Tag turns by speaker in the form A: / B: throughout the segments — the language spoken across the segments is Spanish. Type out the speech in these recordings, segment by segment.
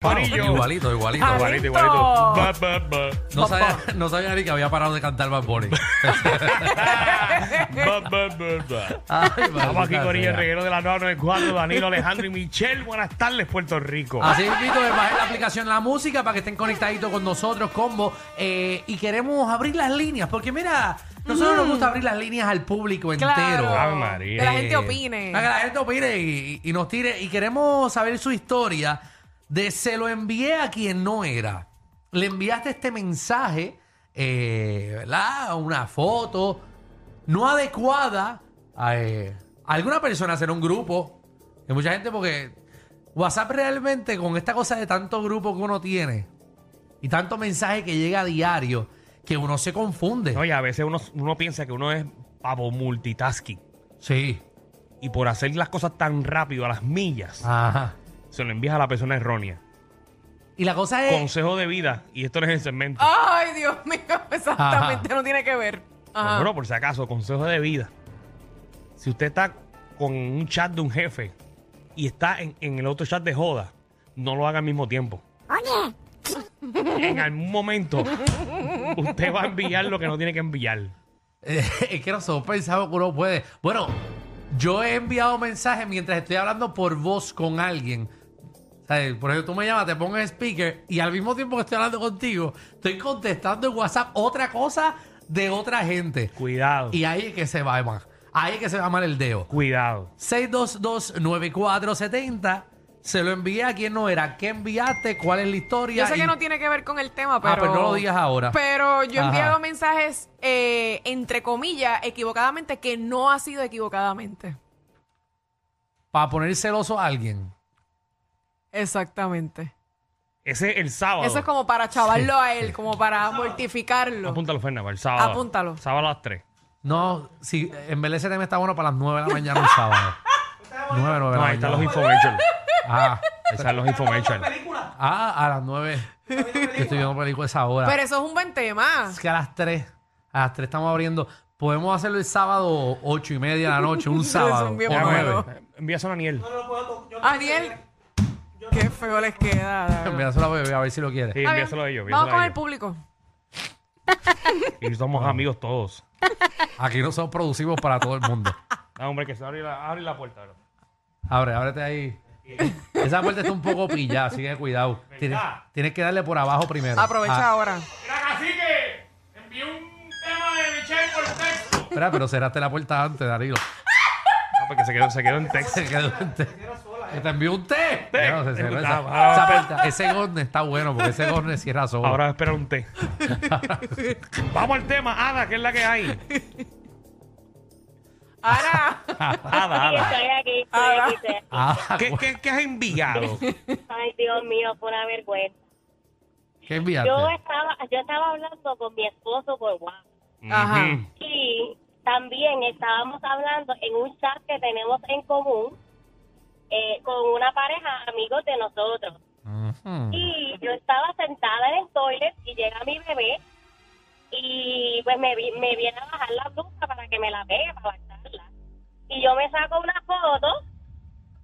A: Corillo.
B: Igualito, igualito.
A: Igualito, igualito. Ba, ba, ba.
B: No sabía, no sabía ni que había parado de cantar Bad Bunny.
A: Ba, ba, ba, ba.
B: Ay,
A: Estamos aquí,
B: maldita
A: Corillo, el
B: sea.
A: reguero de la 994, Danilo, Alejandro y Michelle. Buenas tardes, Puerto Rico.
B: Así invito a bajar la aplicación La Música para que estén conectaditos con nosotros, combo. eh, y queremos abrir las líneas, porque mira, nosotros
A: Mm.
B: nos gusta abrir las líneas al público entero.
A: Ave
C: Claro.
A: María.
C: Que la gente
B: Eh,
C: opine.
B: para que la gente opine y, y nos tire. Y queremos saber su historia de se lo envié a quien no era. Le enviaste este mensaje, eh, ¿verdad? Una foto no adecuada a, eh, a alguna persona, hacer un grupo. Hay mucha gente porque WhatsApp realmente con esta cosa de tanto grupo que uno tiene y tanto mensaje que llega a diario que uno se confunde.
A: Oye, a veces uno, uno piensa que uno es pavo multitasking.
B: Sí.
A: Y por hacer las cosas tan rápido, a las millas,
B: Ajá.
A: se lo envías a la persona errónea.
B: Y la cosa es...
A: Consejo de vida, y esto no es el segmento.
C: Ay, Dios mío, exactamente, no tiene que ver. Ajá.
A: Bueno, Pues, por si acaso, consejo de vida. Si usted está con un chat de un jefe y está en, en el otro chat de joda, no lo haga al mismo tiempo. En algún momento, usted va a enviar lo que no tiene que enviar.
B: Eh, es que nosotros pensamos que uno puede. Bueno, yo he enviado mensajes mientras estoy hablando por voz con alguien. O sea, Por ejemplo, tú me llamas, te pongo en speaker y al mismo tiempo que estoy hablando contigo, estoy contestando en WhatsApp otra cosa de otra gente.
A: Cuidado,
B: Y ahí es que se va mal. Ahí es que se va mal el dedo.
A: cuidado.
B: 6229470. Se lo envié a quien no era. ¿Qué enviaste? ¿Cuál es la historia?
C: yo sé
B: Y-
C: que no tiene que ver con el tema, pero.
B: pues no lo digas ahora.
C: Pero yo he
B: Ajá.
C: enviado mensajes, eh, entre comillas, equivocadamente, que no ha sido equivocadamente.
B: Para poner celoso a alguien.
C: Exactamente.
A: Ese es el sábado.
C: Eso es como para chavarlo a él, como para mortificarlo.
A: Apúntalo, Fernanda, el sábado.
C: Apúntalo.
A: Sábado a las 3.
B: No, si en verdad ese tema está bueno para las 9 de la mañana un sábado. 9, 9
A: No,
B: de la
A: ahí están los
B: mañana.
A: infomercials.
B: Ah,
A: Ahí están los infomercials.
B: ah, a las 9. Yo estoy viendo película a esa hora.
C: Pero eso es un buen tema.
B: es que a las 3, a las 3 estamos abriendo. Podemos hacerlo el sábado 8 y media de la noche, un sábado.
C: Son bien
B: o
A: Ya,
C: buenos.
B: nueve.
C: nueve.
A: bueno, Envía a Daniel.
C: Ariel, qué feo les queda. de verdad.
B: Envíaselo a bebé a ver si lo
A: Sí,
B: quiere.
C: Está bien.
A: envíaselo a ellos.
C: Vamos
A: envíaselo
C: con
A: a
C: el
A: ellos.
C: público.
A: Y somos amigos todos.
B: Aquí nosotros producimos para todo el mundo.
A: Ah, hombre, que se abre la, abre la puerta. bro.
B: Abre, ábrete ahí. Esa puerta está un poco pillada, así que cuidado. Tienes, tienes que darle por abajo primero.
C: Aprovecha
B: Ah,
C: ahora.
D: Así que envié un tema de Michelle por texto.
B: Ah, Espera, pero cerraste la puerta antes, Darío.
A: Ah, porque se quedó, se quedó en Texas.
B: Se quedó en té. Que te envió un té.
A: Té.
B: No, se cerró esa-
A: Ah,
B: esa
A: ah,
B: puerta. Ese gorne está bueno porque ese gorne cierra solo.
A: Ahora va a esperar un té. Vamos al tema, Ada, que es la que hay.
C: Ahora.
A: Ada, Ada.
E: Estoy aquí, estoy aquí, estoy aquí.
B: Ah,
A: ¿Qué,
B: cu-
A: qué, qué has enviado?
E: Ay, Dios mío, fue una vergüenza.
B: ¿Qué enviaste?
E: Yo estaba, yo estaba hablando con mi esposo por WhatsApp
C: Ajá.
A: Ujú.
E: y también estábamos hablando en un chat que tenemos en común eh, con una pareja, amigos de nosotros.
B: Ujú.
E: Y yo estaba sentada en el toilet y llega mi bebé y pues me, vi- me viene a bajar la blusa para que me la pegue, para guardarla. Y yo me saco una foto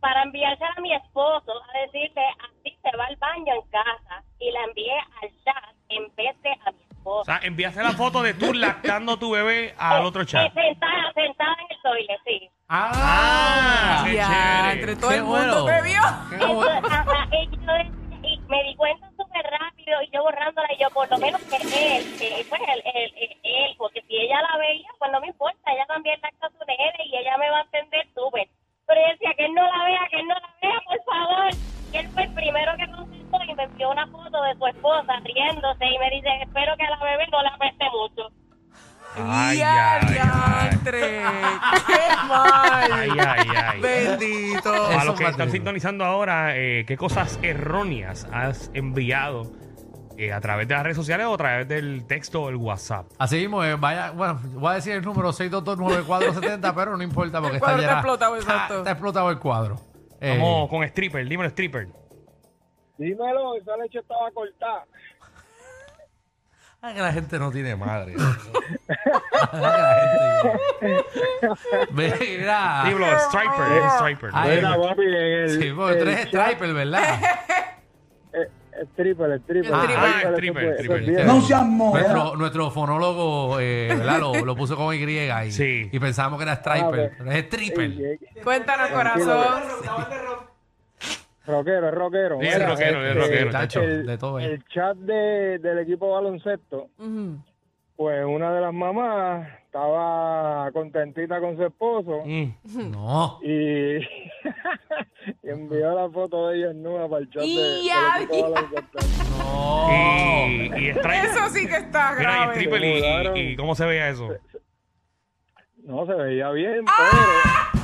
E: para enviársela a mi esposo a decirle, así se va al baño en casa. Y la envié al chat en vez de a mi
A: O
E: esposo.
A: sea, enviaste la foto de tú lactando tu bebé al otro chat.
E: Eh, Sentada, sentada en el toilet, sí.
A: Ah, qué
C: Ya,
A: chévere.
C: entre todo
B: Qué
C: el
B: bueno.
C: mundo te vio.
B: Qué
E: Entonces,
B: bueno.
E: ajá, y, yo decía- y me di cuenta súper rápido y yo borrándola y yo por lo menos que él, que pues, fue él, él, él, él, porque si ella la veía, pues no me importa, ella también lacta su nene y ella me va a entender súper. Pero yo decía que él no la vea, que él no la vea, por favor. Y él fue el primero que contestó y me envió una foto de su esposa riéndose y me dice, espero que a la bebé no la apeste mucho.
A: Ay,
C: ya,
A: ay,
C: diantre. ¡Qué mal!
A: Ay, ay, ay.
C: Bendito.
A: Para
B: Eso
A: los que
B: es
A: están
B: terrible.
A: sintonizando ahora, eh, ¿qué cosas erróneas has enviado eh, a través de las redes sociales o a través del texto o el WhatsApp?
B: Así mismo, eh, vaya, bueno, voy a decir el número 6229470, pero no importa porque
C: El
B: está
C: cuadro está
B: llena.
C: explotado,
B: Ah,
C: exacto.
B: Está explotado el cuadro. Eh,
A: Vamos con stripper, dímelo stripper.
F: Dímelo, esa leche estaba cortada.
B: ay, ah, que la gente no tiene madre. Ay, que la gente- Mira.
A: Dímelo
C: Eh.
A: striper, striper.
B: Ah. Ay,
F: Mira, papi, en el,
B: Sí, porque tú
F: el
B: eres
F: chat,
B: striper, ¿verdad?
F: eh, El triple, el
C: El
F: triple.
C: triple.
F: eso
A: Ah, el
F: fue-
A: triple, el
F: eso es
A: triple.
F: bien.
G: No seas moreno.
B: Nuestro, nuestro fonólogo eh, ¿verdad? Lo, lo puso con Y y,
A: Sí.
B: y pensábamos que era striper.
F: Ah,
B: pero es stripper.
F: Ey, ey,
C: Cuéntanos, corazón.
F: Rockero, es rockero.
A: Sí, es
F: Mira,
A: rockero, es
F: este,
A: rockero.
B: Chacho,
F: el-
B: de todo, eh.
F: El chat de, del equipo baloncesto,
C: Ujú.
F: pues una de las mamás estaba contentita con su esposo
A: Mm.
B: No.
F: y, y envió la foto de ellos nueva para el chat de-
C: ¡Y
F: del equipo
C: ya!
F: baloncesto.
B: No.
A: Y, y stripper.
C: Eso sí que está
A: Mira, y
C: grave.
A: stripper, y-
F: Mudaron.
A: y, y cómo se veía eso.
F: No, se veía bien,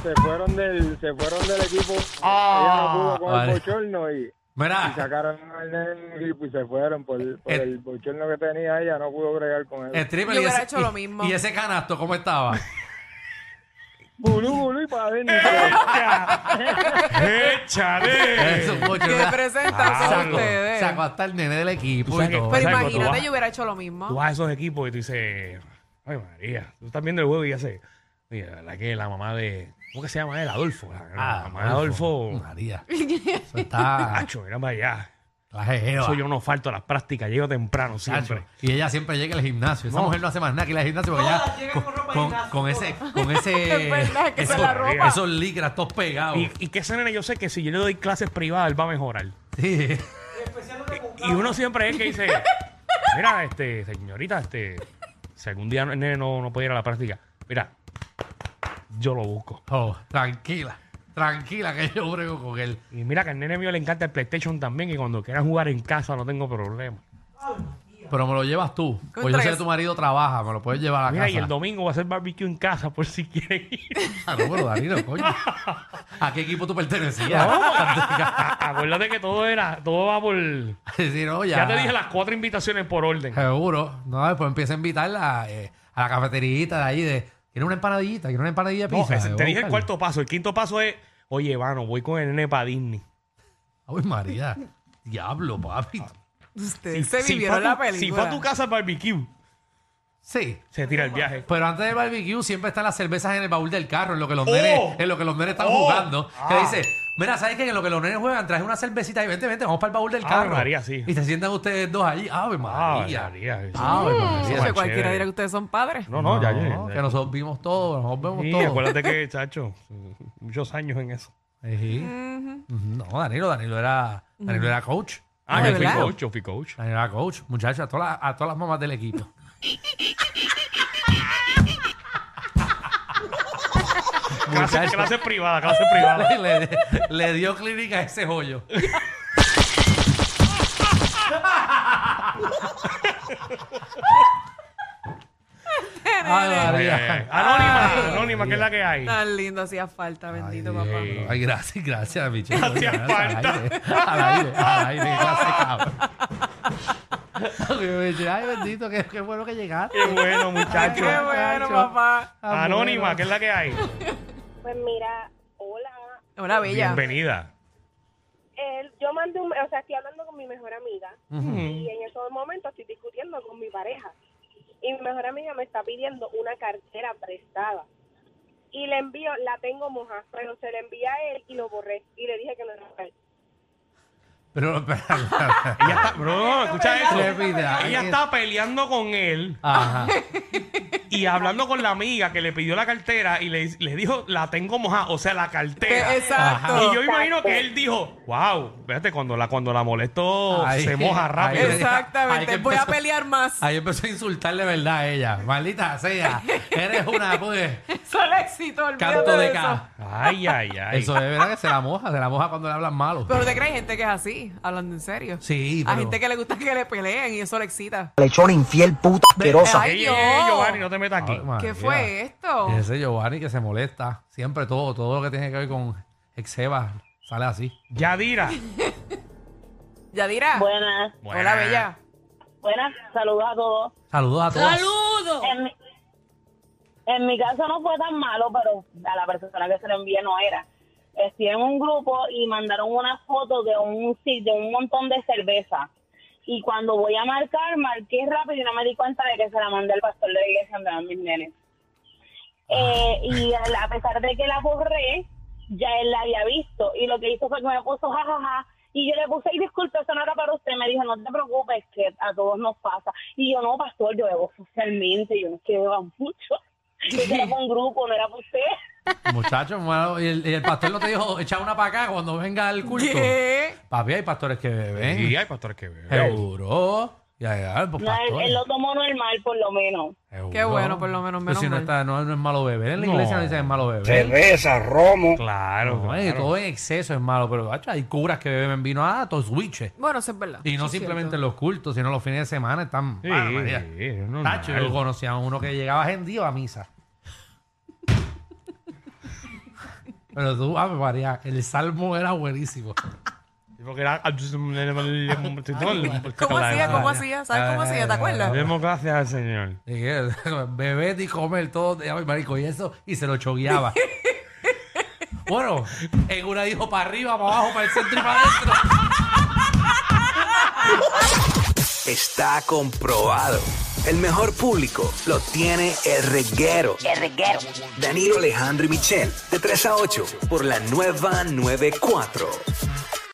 F: pero se fueron del, se fueron del equipo. Ella no pudo con
B: vale.
F: el bochorno y, y
B: Mira,
F: sacaron al nene del equipo y pues, se fueron por, por
B: Eh.
F: el bochorno que tenía ella, no pudo bregar con él.
B: stripper
C: Yo
B: y
C: hubiera
B: ese,
C: hecho lo mismo.
B: y ese canasto, ¿cómo estaba?
F: Bulú, bulú y para adentro.
A: ¡Échale!
B: Eso, pocho,
C: Que
B: ¿verdad? Ah,
C: presentan todos
A: Saco,
C: ustedes.
B: Sacó hasta el nene del
A: Tú
B: equipo
A: sabes
B: y
A: que-
B: todo.
A: Ah, Exacto,
C: Pero
A: tú vas-
C: imagínate, yo hubiera hecho lo
A: Tú
C: mismo.
A: vas a esos equipos y tú dices, ay María, tú estás viendo el juego y hace, oye, la verdad que la mamá de, ¿cómo que se llama él? Adolfo. La,
B: Ah,
A: la mamá de Ah, Adolfo,
B: María. Eso está.
A: macho, era para allá.
B: la jejeva.
A: Eso yo no falto a las prácticas, llego temprano siempre.
B: Chacho. Y ella siempre llega al gimnasio. Esa mujer no hace más nada que ir al gimnasio porque
G: Todas
B: ella.
G: llegan
B: Con,
G: con ropa de
B: con-
G: gimnasio,
B: con ese. Con ese
C: Es verdad que esa es la ropa.
B: Esos licras todos pegados.
A: Y, y que ese nene yo sé que si yo le doy clases privadas, él va a mejorar.
B: Sí.
A: Y uno siempre es que dice, mira, este, señorita, este, si algún día el nene no, no puede ir a la práctica, mira, yo lo busco.
B: Oh, tranquila. Tranquila que yo brego con él.
A: Y mira que al nene mío le encanta el PlayStation también y cuando quiera jugar en casa no tengo problema.
B: Pero me lo llevas tú. Pues yo
C: Contra
B: sé
C: que-
B: que tu marido trabaja, me lo puedes llevar a la
A: Mira, y
B: casa.
A: el domingo va a hacer barbecue en casa por si quieren ir.
B: Ah, no, pero Danilo, coño. ¿A qué equipo tú pertenecías?
A: Ah, Acuérdate que todo era, todo va por... Ya,
B: Sí, no, ya.
A: te dije las cuatro invitaciones por orden.
B: Seguro. No, después empieza a invitarla eh, a la cafeterita de ahí de... ¿Quieres una empanadita? ¿Quieres una empanadilla de
A: No,
B: pizza?
A: ese-
B: Voy
A: te
B: a
A: dije el
B: buscarla.
A: cuarto paso. El quinto paso es, oye, vano, voy con el nene para Disney.
B: Uy, María. Diablo, papi.
C: Ustedes
A: Si-
C: se
A: si
C: vivieron
A: fue a
C: la
A: tu- Si fue a tu
C: película.
A: casa al barbecue,
B: Sí.
A: se tira el viaje.
B: Pero antes del barbecue siempre están las cervezas en el baúl del carro, en lo que los
A: ¡Oh!
B: nenes, en lo que los nenes están
A: ¡Oh!
B: jugando. Que
A: Ah.
B: dice, mira, ¿sabes qué? En lo que los nenes juegan, traes una cervecita y vente, vente, vamos para el baúl del
A: Ave
B: carro.
A: Ah, María, sí.
B: Y se sientan ustedes dos ahí. Ave María.
A: Ah, María, eso-
B: Ave María.
A: eso
C: No
A: es
C: sé, cualquiera
A: chévere.
C: dirá que ustedes son padres.
A: No, no, ya, ya, ya.
B: Que nosotros vimos todo, nosotros vemos
A: Sí,
B: todo.
A: acuérdate que, chacho, muchos años en eso.
B: Ejí. Ujú. No, Danilo, Danilo era, Danilo era coach.
A: Ah,
C: ¿De
A: yo fui
C: verdad?
A: coach, yo fui coach.
B: Danilo era coach, muchachos, a todas las, a todas las mamás del equipo.
A: Clase,
B: Muchacho.
A: clase privada, clase privada.
B: le, le dio clínica a ese hoyo. Ay,
A: Ay, ay,
B: María.
A: ay. Eh, Anónima, anónima, que es la que hay.
C: Tan lindo hacía falta, bendito papá.
A: ay.
B: Ay, gracias, gracias, mi chico.
A: Hacía
B: Gracias,
A: falta.
B: Al aire, al aire, al aire, gracias, cabrón. Yo me decía, Ay, bendito, qué, qué bueno que llegaste.
A: Qué bueno,
C: Qué
A: muchacho.
C: bueno, papá.
B: Ah,
A: Anónima,
B: bueno.
A: que es la que hay.
E: Pues mira, hola.
C: Hola, bella.
A: Bienvenida.
E: Eh, yo mandé un, o sea, estoy hablando con mi mejor amiga
A: Ujú.
E: y en esos momentos estoy discutiendo con mi pareja. Y mi mejor amiga me está pidiendo una cartera prestada. Y le envío, la tengo moja, pero se la envié a él y lo borré. Y le dije que no era para él.
B: Pero, pero,
A: Ella está, bro, no, escucha
B: Le
A: eso.
B: pide, ay,
A: Ella
B: que-
A: está peleando con él
B: Ajá.
A: y hablando con la amiga que le pidió la cartera y le, le dijo, la tengo mojada, o sea, la cartera.
C: Que- exacto.
A: Y yo imagino que él dijo, wow, fíjate, cuando la, cuando la molesto
B: Ay,
A: se moja
B: ay,
A: rápido.
B: ay. Ahí
C: Exactamente.
B: que
C: Voy a
B: empezó.
C: pelear más.
B: Ahí empezó a insultarle, ¿verdad? A ella. Maldita sea. Eres una, pues.
C: Eso le éxito, olvídate
B: Canto de
C: eso.
B: ca.
A: Ay, ay, ay.
B: Eso es verdad que se la moja, se la moja cuando le hablan malo.
C: Pero te crees gente que es así, hablando en serio.
B: Sí,
C: Hay
B: pero-
C: gente que le gusta que le peleen y eso le excita.
G: Lechón infiel, puta asquerosa.
C: Ay,
A: Ey,
C: Dios.
A: ey, Giovanni, no te metas aquí.
B: Ay, María.
C: ¿Qué fue esto?
B: Y ese Giovanni que se molesta. Siempre todo, todo lo que tiene que ver con Exeba sale así.
A: Yadira.
C: Yadira.
E: Buenas,
C: Hola, bella.
E: buenas, saludos a todos.
B: Saludos a todos.
E: En mi, en mi caso no fue tan malo, pero a la persona que se lo envié no era. Estoy en un grupo y mandaron una foto de un sí, de un montón de cerveza. Y cuando voy a marcar, marqué rápido y no me di cuenta de que se la mandé al pastor de la iglesia donde van mis nenes. Eh, y a la- a pesar de que la borré, ya él la había visto. Y lo que hizo fue que me puso jajaja. Y yo le puse, y disculpe, eso no era para usted. Me dijo, no te preocupes, que a todos nos pasa. Y yo, no, pastor, yo bebo socialmente, yo no es que beba mucho. Yo era con un grupo, no era para usted.
B: Muchachos, y el, y el pastor no te dijo echar una para acá cuando venga el culto.
C: ¿Qué?
B: Papi, hay pastores que beben.
A: Y hay pastores que beben.
B: Eh, Seguro. Ya, ya, pues
E: No, él-
B: pastor.
E: él lo tomó normal, por lo menos.
B: Seguro.
C: Qué bueno, por lo menos,
B: Pues
C: menos
B: si no,
C: mal.
B: está, no, no es malo beber. En la
A: No.
B: iglesia no dice que es malo beber.
G: Cerveza, romo.
A: Claro,
B: oh. No,
A: claro.
B: eh, todo en exceso es malo, pero macho, hay curas que beben vino Ah, a toswiche.
C: Bueno, eso es verdad.
B: Y no
C: Eso es
B: simplemente en
C: cierto.
B: los cultos, sino los fines de semana están.
A: Sí,
B: Ah, María.
A: sí, es normal.
B: Tacho, yo conocía a uno que llegaba hendido a misa. Pero tú, ah, María, el salmo era buenísimo.
A: Porque era-
C: ¿Cómo hacía? ¿Cómo hacía? ¿Sabes cómo
B: Ay,
C: hacía? ¿Te
B: ay,
C: acuerdas?
A: Demos gracias al Señor.
B: Y él, Beber y comer todo, ay, marico, y eso, y se lo chogueaba. bueno, en una dijo para arriba, para abajo, para el centro y para adentro.
H: Está comprobado. El mejor público lo tiene el reguero.
G: El reguero.
H: Danilo Alejandro y Michel, de 3 a 8, por la nueva 94.